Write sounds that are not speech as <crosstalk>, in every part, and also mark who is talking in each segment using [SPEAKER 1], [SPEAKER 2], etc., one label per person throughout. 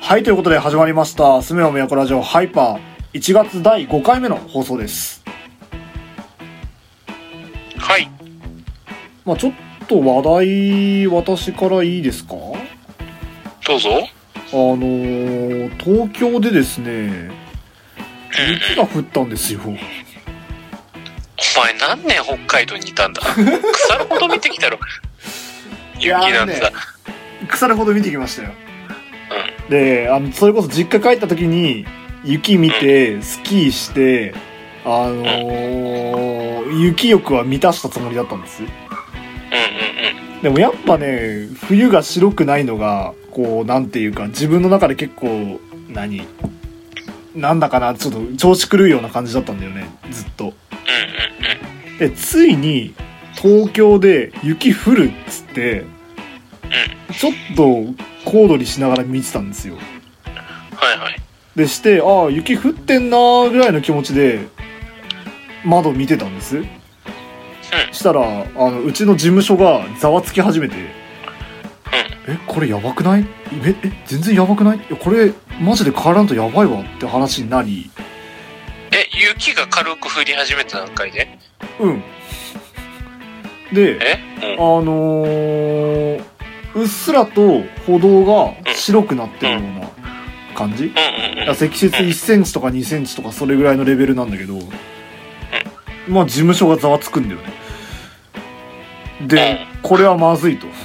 [SPEAKER 1] はい、ということで始まりました、すめおみやこラジオハイパー、1月第5回目の放送です。
[SPEAKER 2] はい。
[SPEAKER 1] まあちょっと話題、私からいいですかあ
[SPEAKER 2] どうぞ。
[SPEAKER 1] のー、東京でですね、雪が降ったんですよ。
[SPEAKER 2] お前何年北海道にいたんだ腐るほど見てきたろ。雪な
[SPEAKER 1] <laughs>
[SPEAKER 2] ん
[SPEAKER 1] いや
[SPEAKER 2] だ。
[SPEAKER 1] 腐るほど見てきましたよ。で、あの、それこそ実家帰った時に、雪見て、スキーして、あのー、雪欲は満たしたつもりだったんです。
[SPEAKER 2] うんうんうん。
[SPEAKER 1] でもやっぱね、冬が白くないのが、こう、なんていうか、自分の中で結構、何なんだかな、ちょっと調子狂うような感じだったんだよね、ずっと。
[SPEAKER 2] う
[SPEAKER 1] で、ついに、東京で雪降るっつって、ちょっと、小躍りしながら見てたんですよ。
[SPEAKER 2] んうん。はいはい。
[SPEAKER 1] でして、ああ、雪降ってんなーぐらいの気持ちで、窓見てたんです。したら、あの、うちの事務所がざわつき始めて、え、これやばくないえ、え、全然やばくないいやこれ、マジで帰らんとやばいわって話になり、
[SPEAKER 2] え、雪が軽く降り始めた段階で
[SPEAKER 1] うん。で、
[SPEAKER 2] え
[SPEAKER 1] あ
[SPEAKER 2] うん。
[SPEAKER 1] のー、うっすらと歩道が白くなってるような感じ
[SPEAKER 2] うんうん
[SPEAKER 1] いや
[SPEAKER 2] うん。
[SPEAKER 1] 積雪1センチとか2センチとかそれぐらいのレベルなんだけど、まあ事務所がざわつくんだよね。で、これはまずいと。 <laughs>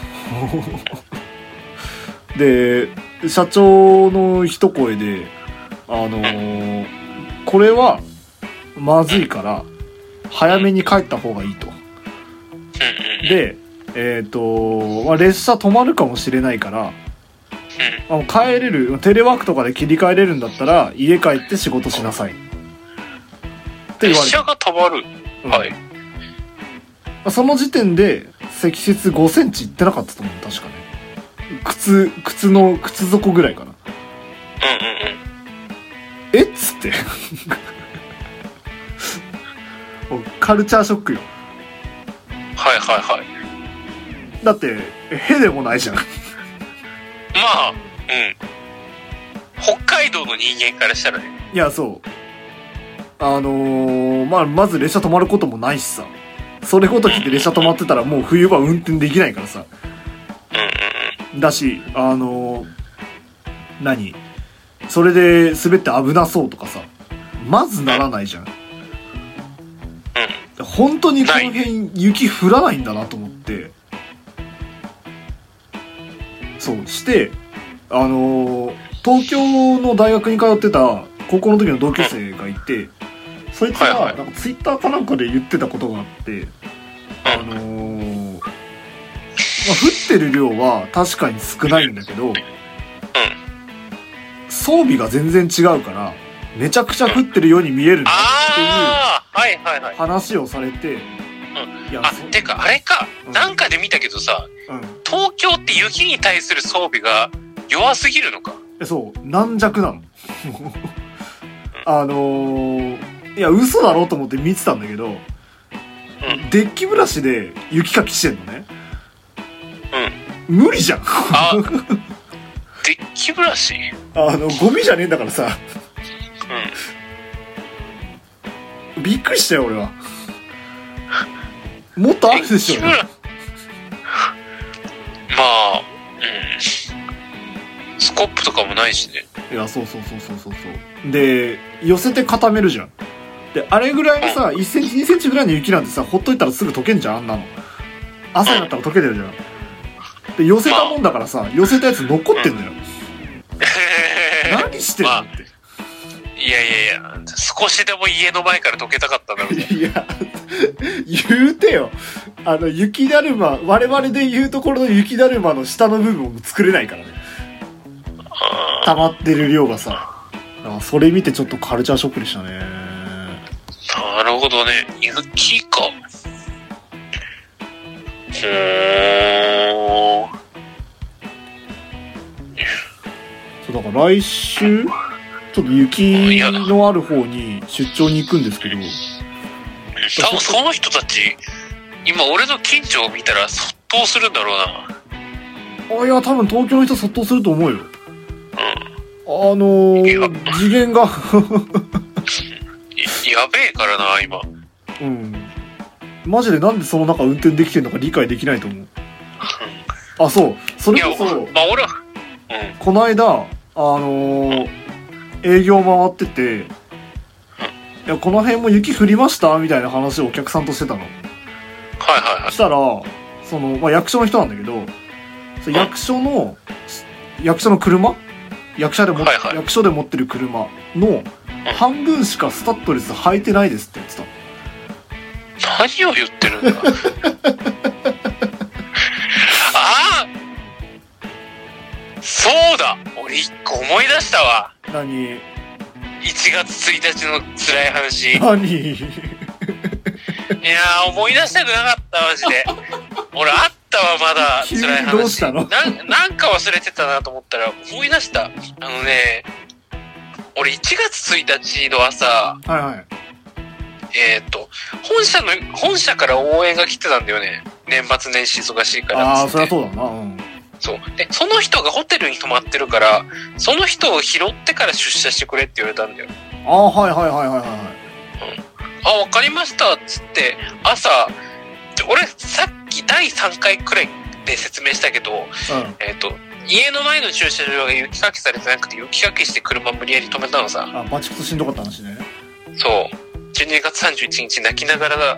[SPEAKER 1] で、社長の一声で、あのーこれはまずいから、早めに帰った方がいいと。
[SPEAKER 2] うんうん。
[SPEAKER 1] で、えっ、と、まあ、列車止まるかもしれないから、あの帰れる、テレワークとかで切り替えれるんだったら、家帰って仕事しなさい。って言われた
[SPEAKER 2] 列車がたまる。
[SPEAKER 1] うん
[SPEAKER 2] はい。
[SPEAKER 1] その時点で、積雪5センチいってなかったと思う、確かね。靴、靴の、靴底ぐらいかな。
[SPEAKER 2] うんうんうん。
[SPEAKER 1] えっつって。 <laughs> もうカルチャーショックよ。
[SPEAKER 2] はいはいはい。
[SPEAKER 1] だって、へでもないじゃん。
[SPEAKER 2] まあ、うん。北海道の人間からしたらね。
[SPEAKER 1] いや、そう。あのー、まあ、まず列車止まることもないしさ。それごときで列車止まってたらもう冬は運転できないからさ。
[SPEAKER 2] うんうんうん。
[SPEAKER 1] だし、あのー、何それで滑って危なそうとかさ。まずならないじゃん。本当にこの辺雪降らないんだなと思って。そう、して、あのー東京の大学に通ってた高校の時の同級生がいて、そいつ
[SPEAKER 2] はいは
[SPEAKER 1] が
[SPEAKER 2] い
[SPEAKER 1] なんかツイッターかなんかで言ってたことがあって、あのーまあ、降ってる量は確かに少ないんだけど、装備が全然違うから、めちゃくちゃ降ってるように見えるんだっていう
[SPEAKER 2] ああはいはいはい。
[SPEAKER 1] 話をされて、いや
[SPEAKER 2] あ
[SPEAKER 1] そ、
[SPEAKER 2] てかあれか
[SPEAKER 1] うん。
[SPEAKER 2] なんかで見たけどさ、
[SPEAKER 1] うん
[SPEAKER 2] 東京って雪に対する装備が弱すぎるのか。
[SPEAKER 1] えそう軟弱なの <laughs> あのー、いや嘘だろうと思って見てたんだけど、デッキブラシで雪かきしてんのね無理じゃん <laughs>
[SPEAKER 2] あ、デッキブラシ
[SPEAKER 1] あのゴミじゃねえんだからさ
[SPEAKER 2] う
[SPEAKER 1] びっくりしたよ俺 <laughs> はもっとあるでしょ
[SPEAKER 2] まあ、うん。スコップとかもないしね。
[SPEAKER 1] いやそうそうそうそうそうそうで寄せて固めるじゃんであれぐらいのさ1センチ2センチぐらいの雪なんてさほっといたらすぐ溶けんじゃんあんなの朝になったら溶けてるじゃんで寄せたもんだからさ寄せたやつ残ってんだよ何してんの
[SPEAKER 2] ま
[SPEAKER 1] っ
[SPEAKER 2] <laughs> いやいやいや、少しでも家の前から溶けたかっただろうね。
[SPEAKER 1] ていや言うてよあの雪だるま我々で言うところの雪だるまの下の部分も作れないからね
[SPEAKER 2] あ
[SPEAKER 1] 溜まってる量がさだからそれ見てちょっとカルチャーショックでしたね
[SPEAKER 2] ーなるほどね。雪か。うーん。
[SPEAKER 1] そうだから来週ちょっと雪のある方に出張に行くんですけど
[SPEAKER 2] 多分その人たち、今俺の近所を見たら殺到するんだろうな。
[SPEAKER 1] あいや多分東京の人殺到すると思うよのー、次元が
[SPEAKER 2] いやべえからな、今。
[SPEAKER 1] うんマジでなんでその中運転できてるのか理解できないと思うあそうそ
[SPEAKER 2] い
[SPEAKER 1] れ
[SPEAKER 2] や、
[SPEAKER 1] こそ
[SPEAKER 2] まあ俺は、うん、
[SPEAKER 1] この間あのー営業回ってて「いやこの辺も雪降りました?」みたいな話をお客さんとしてたの
[SPEAKER 2] はいはいはい
[SPEAKER 1] したらその、まあ、役所の人なんだけどその役所の役所の車役者でも、
[SPEAKER 2] はいはい
[SPEAKER 1] 役所で持ってる車の半分しかスタッドレス履いてないですって言ってた。
[SPEAKER 2] 何を言ってる
[SPEAKER 1] <laughs>
[SPEAKER 2] んだああそうだ俺一個思い出したわ
[SPEAKER 1] 何
[SPEAKER 2] 1月1日の辛い話いや
[SPEAKER 1] 何 <laughs>
[SPEAKER 2] ー思い出したくなかったマジ
[SPEAKER 1] <laughs>
[SPEAKER 2] で俺あったわまだ
[SPEAKER 1] 急に
[SPEAKER 2] 辛い話
[SPEAKER 1] どうしたの
[SPEAKER 2] なんなんか忘れてたなと思ったら思い出したあのね俺1月1日の朝
[SPEAKER 1] はいはい。
[SPEAKER 2] えっ、と本社の本社から応援が来てたんだよね年末年始忙しいからっつって
[SPEAKER 1] ああー、そりゃそうだな。うん。
[SPEAKER 2] そう。で、その人がホテルに泊まってるから、その人を拾ってから出社してくれって言われたんだよ。
[SPEAKER 1] ああ、はいはいはいはいはいはい。
[SPEAKER 2] あ、わかりましたっつって、朝、で俺さっき第3回くらいで説明したけど、
[SPEAKER 1] うん。
[SPEAKER 2] えっ、と、家の前の駐車場が雪かきされてなくて雪かきして車無理やり止めたのさ。
[SPEAKER 1] あ、バチクソしんどかった話ね。
[SPEAKER 2] そう。12月31日泣きながら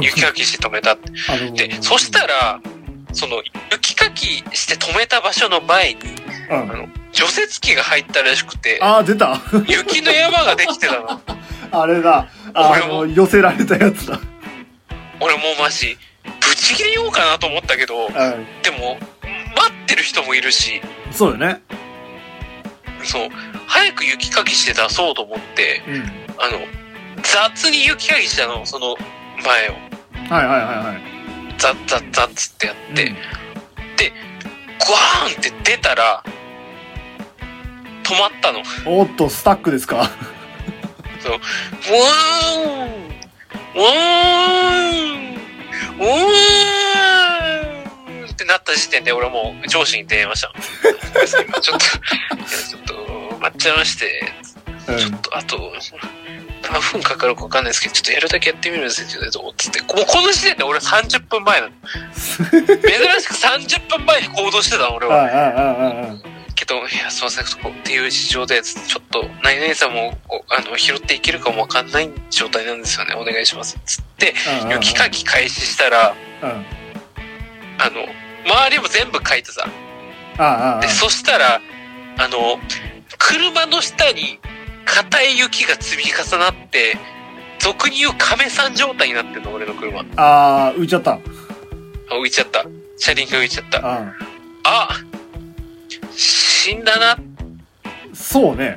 [SPEAKER 2] 雪かきして止めたって。
[SPEAKER 1] <laughs> あの
[SPEAKER 2] で、そしたら、その雪かきして止めた場所の前に
[SPEAKER 1] ら、うん。
[SPEAKER 2] 除雪機が入ったらしくて、
[SPEAKER 1] ああ、出た <laughs>
[SPEAKER 2] 雪の山ができてたの。
[SPEAKER 1] あれだ。あ
[SPEAKER 2] 俺も
[SPEAKER 1] の、寄せられたやつだ。
[SPEAKER 2] 俺もうマジ、ぶち切れようかなと思ったけど、
[SPEAKER 1] う
[SPEAKER 2] でも、待ってる人もいるし、
[SPEAKER 1] ん。そうよね。
[SPEAKER 2] そう、早く雪かきして出そうと思って、
[SPEAKER 1] うん。
[SPEAKER 2] あの、雑に雪かきしたの、その前を。
[SPEAKER 1] はいはいはいはい。
[SPEAKER 2] ザッザッザッつってやって、
[SPEAKER 1] うん
[SPEAKER 2] グワーンって出たら、止まったの。
[SPEAKER 1] おっと、スタックですか。
[SPEAKER 2] うわーんうわーんうわーんってなった時点で俺もう上司に電話したの。
[SPEAKER 1] <laughs>
[SPEAKER 2] 今ちょっと、いやちょっと、待っちゃいまして、ちょっと、あと、何分かかるかわかんないですけど、ちょっとやるだけやってみるんですけど、どうつって、もうこの時点で俺30分前なの。珍しく30分前に行動してたの、俺
[SPEAKER 1] うん。
[SPEAKER 2] は。
[SPEAKER 1] はいはいはいはい。
[SPEAKER 2] けど、いや、すいません、こうっていう事情で、ちょっと、何々さんも、こうあの、拾っていけるかもわかんない状態なんですよね、お願いします。つって、
[SPEAKER 1] うん
[SPEAKER 2] 雪かき開始したら、
[SPEAKER 1] うん。うん。
[SPEAKER 2] あの、周りも全部書いてさ。
[SPEAKER 1] ああ、ああ
[SPEAKER 2] で、。そしたら、あの、車の下に、硬い雪が積み重なって、俗に言う亀さん状態になってんの、俺の車。あ、
[SPEAKER 1] ああ、浮いちゃった。
[SPEAKER 2] 浮いちゃった。車輪が浮いちゃった。
[SPEAKER 1] あ
[SPEAKER 2] あ死んだなっ
[SPEAKER 1] あそうね。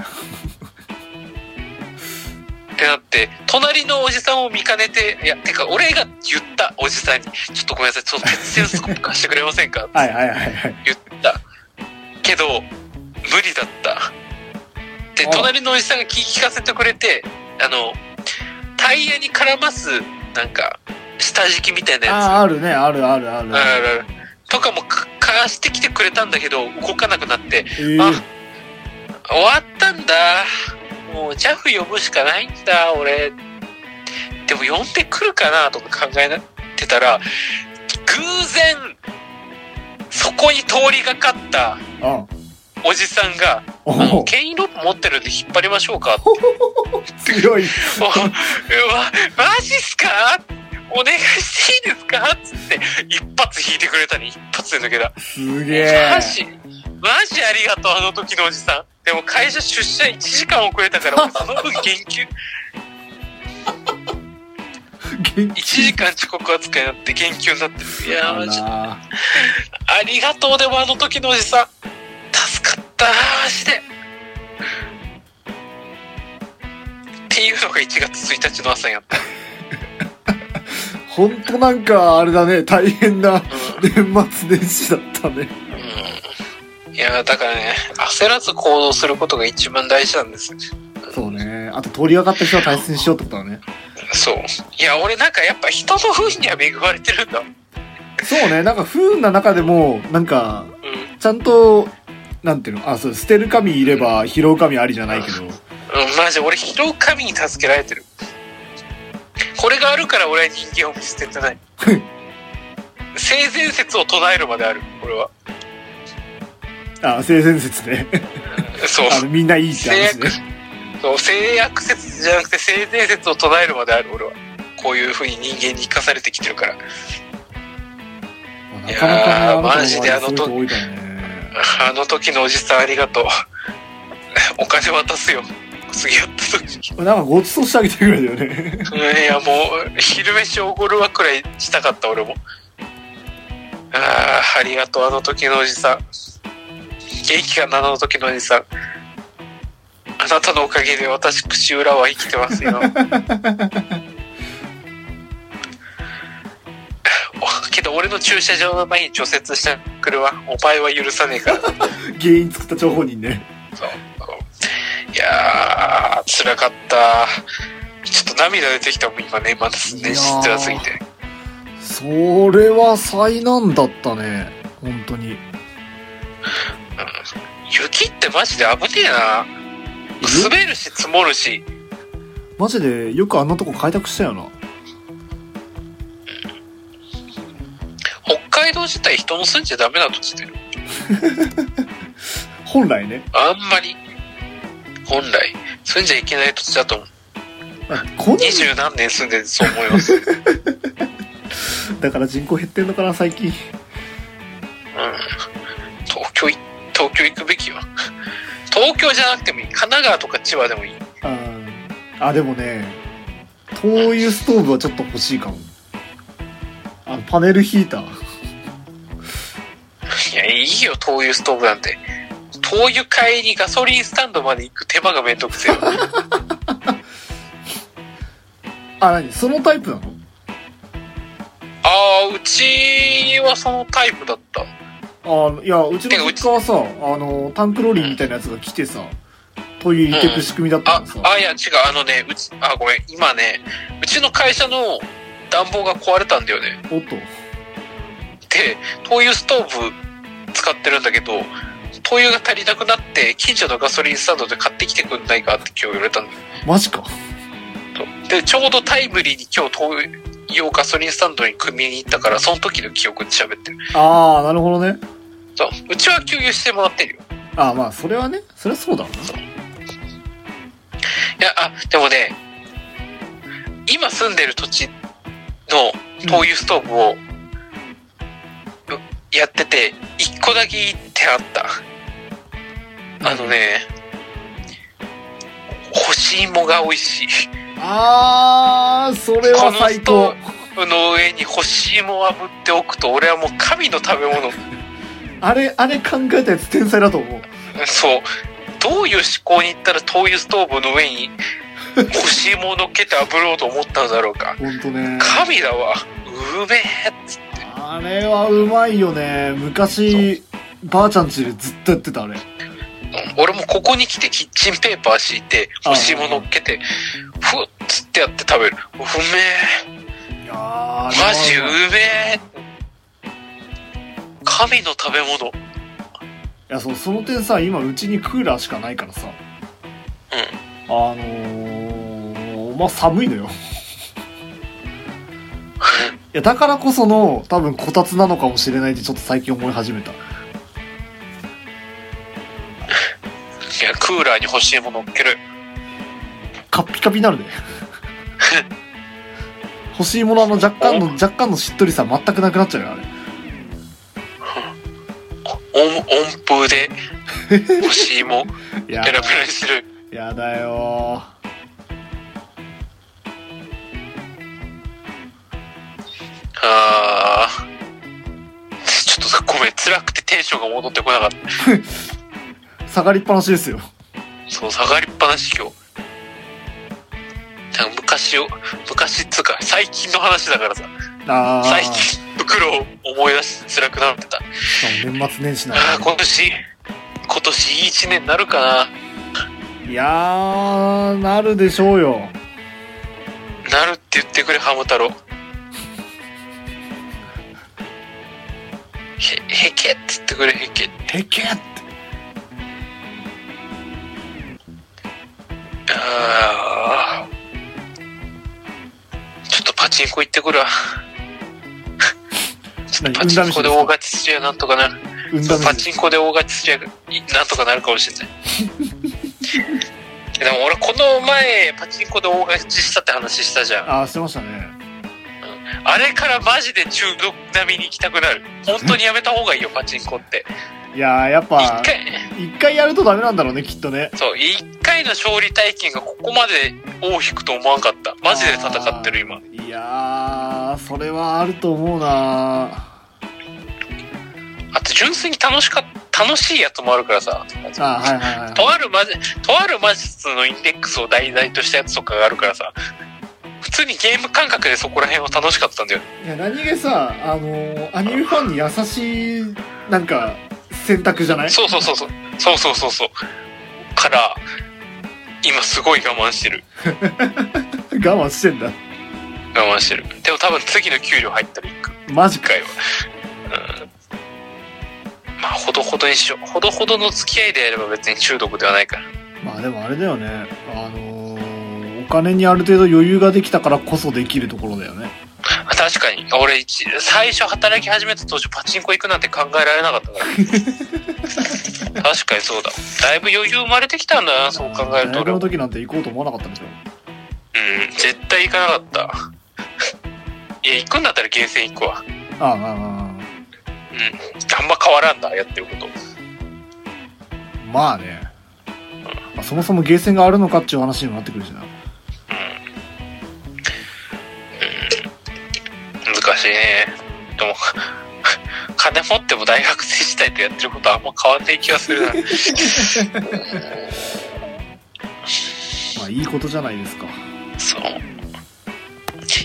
[SPEAKER 2] ってなって、隣のおじさんを見かねて、いや、てか、俺が言ったおじさんに、ちょっとごめんなさい、ちょっと鉄線スコップ貸してくれませんか
[SPEAKER 1] はいはいはいはい。
[SPEAKER 2] 言った。けど、無理だった。で、
[SPEAKER 1] ああ
[SPEAKER 2] 隣のおじさんが聞聞かせてくれて、あの、タイヤに絡ます、なんか、下敷きみたいなやつ。
[SPEAKER 1] ああ、あるね。あるあるある。
[SPEAKER 2] あるあるとかもか貸してきてくれたんだけど、動かなくなって、
[SPEAKER 1] ええ
[SPEAKER 2] あ終わったんだもう JAF 呼ぶしかないんだ俺でも呼んでくるかなとか考えてたら偶然そこに通りがかった
[SPEAKER 1] うん。
[SPEAKER 2] おじさんが「あ
[SPEAKER 1] お
[SPEAKER 2] の
[SPEAKER 1] お、
[SPEAKER 2] 牽引ロープ持ってるんで引っ張りましょうか」って
[SPEAKER 1] 強い。
[SPEAKER 2] 「うわマジっすか?」お願いしていいですかつって、一発引いてくれたに、一発で抜けた。
[SPEAKER 1] すげえ
[SPEAKER 2] マ。ジマジありがとう、あの時のおじさん。でも会社出社1時間遅れ
[SPEAKER 1] <laughs>
[SPEAKER 2] たから、その分減給、
[SPEAKER 1] 元
[SPEAKER 2] 1時間遅刻扱いになって減給になってる。いやー、マジ。
[SPEAKER 1] な
[SPEAKER 2] ありがとう、でもあの時のおじさん。助かった、マジで。っていうのが1月1日の朝に
[SPEAKER 1] <laughs>
[SPEAKER 2] あった。
[SPEAKER 1] ほんとなんか、あれだね。大変
[SPEAKER 2] <laughs>
[SPEAKER 1] な
[SPEAKER 2] う
[SPEAKER 1] 年末年始だったね。
[SPEAKER 2] ん。いやー、だからね、焦らず行動することが一番大事なんです。
[SPEAKER 1] そうね。あと、通りがかった人は大切にしようってことだね。
[SPEAKER 2] そう。いや、俺なんかやっぱ人の運には恵まれてるんだ。うん。
[SPEAKER 1] そうね。なんか、不運な中でも、なんか、ちゃんとなんていうのあそう捨てる神いれば拾う神ありじゃないけど
[SPEAKER 2] うん、マジ俺拾う神に助けられてるこれがあるから俺は人間を見捨ててない性善説を唱えるまである俺は
[SPEAKER 1] <laughs> あ性善説ね
[SPEAKER 2] そう
[SPEAKER 1] <laughs> あのみんないいって
[SPEAKER 2] 性
[SPEAKER 1] 話ね
[SPEAKER 2] 悪そう性悪説じゃなくて性善説を唱えるまである俺はこういうふうに人間に生かされてきてるから
[SPEAKER 1] なかなかね
[SPEAKER 2] いやー
[SPEAKER 1] あなたの
[SPEAKER 2] マジであの
[SPEAKER 1] 周り
[SPEAKER 2] 時
[SPEAKER 1] そういう人多いからね
[SPEAKER 2] あの時のおじさんありがとうお金渡すよ次やった時
[SPEAKER 1] なんかごちそうしてあげてくれだよね <laughs>
[SPEAKER 2] うんいやもう昼飯おごるわくらいしたかった俺もああありがとうあの時のおじさん元気かなあの時のおじさんあなたのおかげで私口裏は生きてますよ <laughs> おけど俺の駐車場の前に除雪した車お前は許さねえから
[SPEAKER 1] 原因作った張本人ね
[SPEAKER 2] そういやー、辛かった。ちょっと涙出てきたもん、今ね、まだ
[SPEAKER 1] いや
[SPEAKER 2] ね、
[SPEAKER 1] ー
[SPEAKER 2] 辛すぎて。
[SPEAKER 1] それは災難だったね本当に
[SPEAKER 2] 雪ってマジで危ねえな。滑るし、積もるし。
[SPEAKER 1] マジでよくあんなとこ開拓したよな
[SPEAKER 2] 北海道自体人も住んじゃダメだと言ってる。
[SPEAKER 1] 本来ね
[SPEAKER 2] あんまり、本来、住んじゃいけない土地だと思う。
[SPEAKER 1] あこん
[SPEAKER 2] 二十何年住んでてそう思います。うん。
[SPEAKER 1] だから人口減ってんのかな最近
[SPEAKER 2] 東京い、東京行くべきよ。東京じゃなくてもいい。神奈川とか千葉でもいい。
[SPEAKER 1] あーあでもね灯油ストーブはちょっと欲しいかもあのパネルヒーター
[SPEAKER 2] いや、いいよ、灯油ストーブなんて。灯油買いにガソリンスタンドまで行く手間がめんどくせえよ。
[SPEAKER 1] あ何そのタイプなの
[SPEAKER 2] ああ、うちはそのタイプだった。
[SPEAKER 1] あいやうち
[SPEAKER 2] てか
[SPEAKER 1] の
[SPEAKER 2] うち
[SPEAKER 1] 実家はさあのタンクローリーみたいなやつが来てさ灯油入れてく仕組みだった
[SPEAKER 2] あ
[SPEAKER 1] のさ、
[SPEAKER 2] あ、いや、違う、あのね、うち、あ、ごめん、今ね、うちの会社の暖房が壊れたんだよね。
[SPEAKER 1] おっと
[SPEAKER 2] で、灯油ストーブ使ってるんだけど、灯油が足りなくなって、近所のガソリンスタンドで買ってきてくんないかって今日言われたんだ
[SPEAKER 1] マジか
[SPEAKER 2] けど。で、ちょうどタイムリーに今日灯油をガソリンスタンドに組みに行ったから、その時の記憶で喋ってる。
[SPEAKER 1] ああなるほどね
[SPEAKER 2] そう、うちは給油してもらってるよ。
[SPEAKER 1] ああまあそれはねそれはそうだろう
[SPEAKER 2] いや、あ、でもね、今住んでる土地の灯油ストーブを、うやってて、一個だけいいってあった。あのね、干し芋が美味しい。
[SPEAKER 1] なああそれは最
[SPEAKER 2] こ
[SPEAKER 1] 高
[SPEAKER 2] のこの上に干し芋を炙っておくと、俺はもう神の食べ物。
[SPEAKER 1] あれあれ考えたやつ天才だと思う
[SPEAKER 2] そう。どういう思考に行ったら灯油ストーブの上に干し芋を乗っけて炙ろうと思ったのだろうか。
[SPEAKER 1] 本当ね
[SPEAKER 2] 神だわ。うめえ
[SPEAKER 1] あれはうまいよね昔ばあちゃんちでずっとやってたあれ
[SPEAKER 2] 俺もここに来てキッチンペーパー敷いて
[SPEAKER 1] ああ
[SPEAKER 2] 干し芋乗っけてふっつってやって食べるうめえ
[SPEAKER 1] いやーあ
[SPEAKER 2] マ
[SPEAKER 1] れは
[SPEAKER 2] ジうめえ神の食べ物うん
[SPEAKER 1] いやそうその点さ今うちにクーラーしかないからさあのー、まあ寒い
[SPEAKER 2] <laughs>
[SPEAKER 1] のよいやだからこその多分こたつなのかもしれないってちょっと最近思い始めた
[SPEAKER 2] いやクーラーに干し芋乗っける
[SPEAKER 1] カッピカピに
[SPEAKER 2] <laughs>
[SPEAKER 1] なるね欲しいものあの若干の若干のしっとりさ全くなくなっちゃうよあれ
[SPEAKER 2] 音音符で干し芋
[SPEAKER 1] い <laughs> や
[SPEAKER 2] ペラペラにする
[SPEAKER 1] やだよ
[SPEAKER 2] あーちょっとごめん辛くてテンションが戻ってこなかった
[SPEAKER 1] ー下がりっぱなしですよ
[SPEAKER 2] そう、下がりっぱなし今日。なんか昔を、昔っつうか、最近の話だからさ、
[SPEAKER 1] ああ
[SPEAKER 2] 最近の苦労を思い出して辛くなってた。
[SPEAKER 1] 年末年始な
[SPEAKER 2] ああ、
[SPEAKER 1] の
[SPEAKER 2] 今年、今年いい一年になるかな。
[SPEAKER 1] にいやーなるでしょうよ
[SPEAKER 2] なるって言ってくれ、ハム太郎。へ、へけって言ってくれ、へけ。
[SPEAKER 1] へけって
[SPEAKER 2] あーちょっとパチンコ行ってくるわ。ちょっとパチンコで大勝ちすりゃなんとかなる。
[SPEAKER 1] 運試し
[SPEAKER 2] そうパ
[SPEAKER 1] です
[SPEAKER 2] チンコで大勝ちすりゃなんとかなるかもしれない。 <laughs> でも俺この前パチンコで大勝ちしたって話したじゃん。
[SPEAKER 1] ああしてましたね
[SPEAKER 2] あれからマジで中毒並みに行きたくなる。本当にやめた方がいいよ、パチン
[SPEAKER 1] <laughs>
[SPEAKER 2] コって。
[SPEAKER 1] いやーやっ
[SPEAKER 2] 一
[SPEAKER 1] ぱ
[SPEAKER 2] 回、
[SPEAKER 1] 一回やるとダメなんだろうねきっとね
[SPEAKER 2] そう、一回の勝利体験がここまで尾を引くと思わんかった。マジで戦ってる
[SPEAKER 1] あ
[SPEAKER 2] 今。
[SPEAKER 1] ーいやーそれはあると思うな
[SPEAKER 2] あと純粋に楽しか、楽しいやつもあるからさ。
[SPEAKER 1] あーはいはいはい
[SPEAKER 2] とある魔術、とある魔術のインデックスを題材としたやつとかがあるからさ。普通にゲーム感覚でそこら辺は楽しかったんだよ。
[SPEAKER 1] いや何気さあのーアニメファンに優しいなんか選択じゃない
[SPEAKER 2] そうそうそうそう。そうそうそうそう。から、今すごい我慢してる。
[SPEAKER 1] 我慢してんだ
[SPEAKER 2] 我慢してる。でも多分次の給料入ったら行く。
[SPEAKER 1] マジ
[SPEAKER 2] 一
[SPEAKER 1] か
[SPEAKER 2] 回は。うん。まあ、ほどほどにしよう。ほどほどの付き合いであれば別に中毒ではないから。
[SPEAKER 1] まあでもあれだよねあのーお金にある程度余裕ができたからこそできるところだよね
[SPEAKER 2] あ確かに。俺、一最初働き始めた当初パチンコ行くなんて考えられなかったから。確かにそうだ。だいぶ余裕生まれてきたんだな、そう考
[SPEAKER 1] 大
[SPEAKER 2] えると
[SPEAKER 1] 学
[SPEAKER 2] 俺
[SPEAKER 1] の
[SPEAKER 2] は。
[SPEAKER 1] 時なんて行こうと思わなかったんでしょ
[SPEAKER 2] うん、絶対行かなかった。いや、行くんだったらゲーセン行くわ。
[SPEAKER 1] あああああ
[SPEAKER 2] うん。あんま変わらんだ、やってること。
[SPEAKER 1] あまあね、まあ、そもそもゲーセンがあるのかっていう話にもなってくるしな
[SPEAKER 2] 難しいねでも <laughs> 金持っても大学生時代とやってることあんま変わんない気がするな
[SPEAKER 1] まあいいことじゃないですか
[SPEAKER 2] そう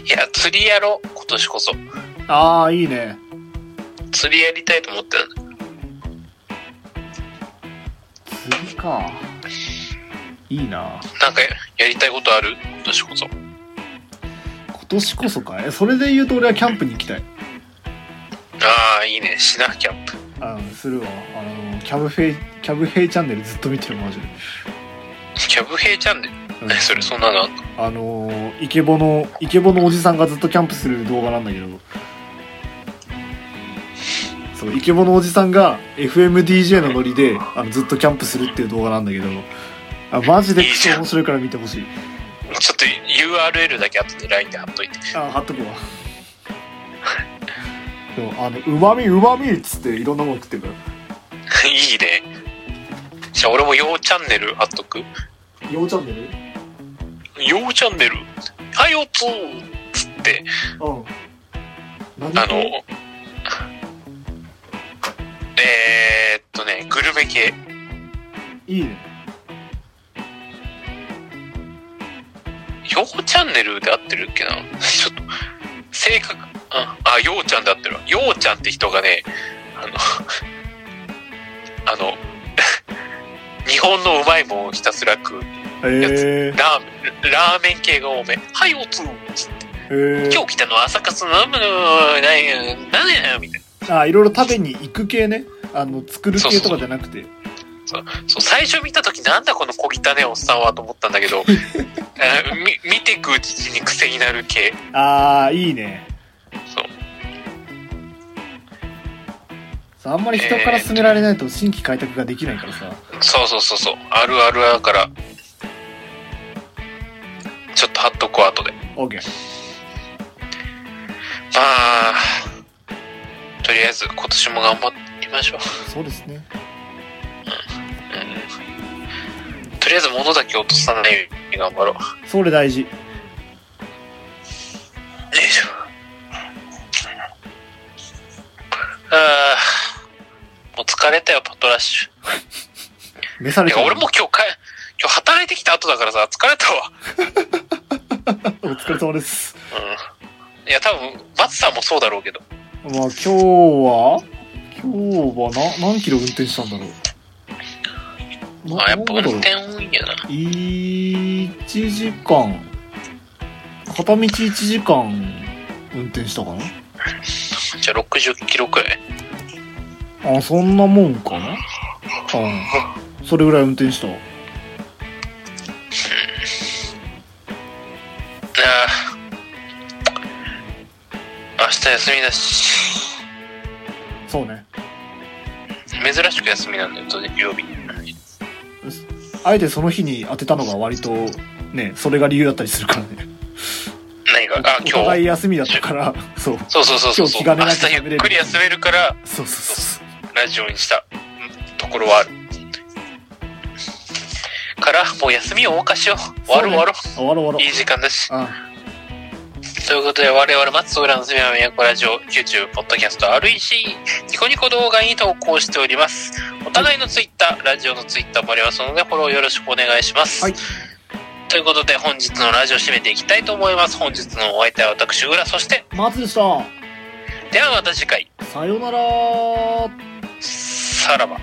[SPEAKER 2] いや釣りやろう今年こそ
[SPEAKER 1] ああいいね
[SPEAKER 2] 釣りやりたいと思ってる
[SPEAKER 1] 釣りかいいな
[SPEAKER 2] なんかややりたいことある今年こそ
[SPEAKER 1] 今年こそかえそれで言うと俺はキャンプに行きたい
[SPEAKER 2] ああいいねしなキャンプ
[SPEAKER 1] あのするわあのキャブフェイキャブヘイチャンネルずっと見てるマジで、
[SPEAKER 2] キャブ兵チャンネル
[SPEAKER 1] うん
[SPEAKER 2] え <laughs> それそんなのあんの
[SPEAKER 1] あのーイケボのイケボのおじさんがずっとキャンプする動画なんだけどそうイケボのおじさんが FMDJ のノリであのずっとキャンプするっていう動画なんだけどあマジでクソ面白いから見てほしい
[SPEAKER 2] ちょっと URL だけ後で LINE で貼っといて
[SPEAKER 1] あ貼っとくわでもあのうまみうまみっつっていろんなもの食ってるか
[SPEAKER 2] <laughs> いいね。じゃあ俺もようチャンネル貼っとく。
[SPEAKER 1] ら4チャンネル
[SPEAKER 2] ようチャンネル。はい、よっつーつって、
[SPEAKER 1] うん何
[SPEAKER 2] あの、えー、っとね、グルメ系。
[SPEAKER 1] いいね
[SPEAKER 2] ようチャンネルで合ってるっけなちょっと、正確、あ、あようちゃんで合ってるわ。ようちゃんって人がね、あの、あの、 <laughs> 日本のうまいもんをひたすら食う。
[SPEAKER 1] え
[SPEAKER 2] ラーメン、ラーメン系が多め。はい、おつーつって
[SPEAKER 1] ー、え
[SPEAKER 2] 今日来たのは朝活なむの、ない、なんやみたいな。
[SPEAKER 1] ー、あいろいろ食べに行く系ねあの作る系とかじゃなくて
[SPEAKER 2] そう、最初見た時なんだこの小汚ねおっさんはと思ったんだけど、あみ見てくうちに癖になる系。
[SPEAKER 1] ああいいね
[SPEAKER 2] そう。
[SPEAKER 1] さあんまり人から勧められないと新規開拓ができないからさ、
[SPEAKER 2] そうそうそうそう。あるあるだから。ちょっと貼っとこう、後で。
[SPEAKER 1] オーケー
[SPEAKER 2] まあ、とりあえず今年も頑張りましょう。
[SPEAKER 1] そうですね
[SPEAKER 2] うん。とりあえず物だけ落とさないように頑張ろう。
[SPEAKER 1] それ大事
[SPEAKER 2] よいしょ。ああ、もう疲れたよ、パトラッシ
[SPEAKER 1] 召さ
[SPEAKER 2] ュ。い
[SPEAKER 1] れち
[SPEAKER 2] や、
[SPEAKER 1] ゃう
[SPEAKER 2] 俺もう今日か、今日働いてきた後だからさ、疲れたわ。
[SPEAKER 1] お疲れ様です
[SPEAKER 2] うん。いや、多分、松さんもそうだろうけど。
[SPEAKER 1] まあ今日は今日はな何キロ運転したんだろうな
[SPEAKER 2] あ、やっぱ運
[SPEAKER 1] なんだろう
[SPEAKER 2] 転多いんやな。
[SPEAKER 1] 1時間片道1時間運転したか
[SPEAKER 2] じゃあ60キロくらい。
[SPEAKER 1] なあそんなもんかなうんそれぐらい運転した
[SPEAKER 2] 日休みだし、
[SPEAKER 1] そうね
[SPEAKER 2] 珍しく休みなんだよ、土曜日。
[SPEAKER 1] あえてその日に当てたのが割とねそれが理由だったりするからね
[SPEAKER 2] 何が、あ、
[SPEAKER 1] お
[SPEAKER 2] 今
[SPEAKER 1] 互い
[SPEAKER 2] 日。
[SPEAKER 1] 休みだったからそう
[SPEAKER 2] そうそうそうそうそう。
[SPEAKER 1] 今
[SPEAKER 2] 明
[SPEAKER 1] 日気兼ねなく
[SPEAKER 2] 日ゆっくり休めるから、
[SPEAKER 1] そうそうそう
[SPEAKER 2] ラジオにしたところはある。から、もう休みを謳歌しよう。終わろう終わろう。
[SPEAKER 1] 終わろう終わろう
[SPEAKER 2] いい時間だし。
[SPEAKER 1] あ
[SPEAKER 2] ということで、我々松浦のすみは都ラジオ、YouTube、ポッドキャスト、REC、ニコニコ動画に投稿しております。お互いの Twitter、ラジオの Twitter もありますので、フォローよろしくお願いします。
[SPEAKER 1] はい
[SPEAKER 2] ということで、本日のラジオ締めていきたいと思います。本日のお相手は私、浦、そして、
[SPEAKER 1] 松でした
[SPEAKER 2] ではまた次回、
[SPEAKER 1] さようなら
[SPEAKER 2] さらば。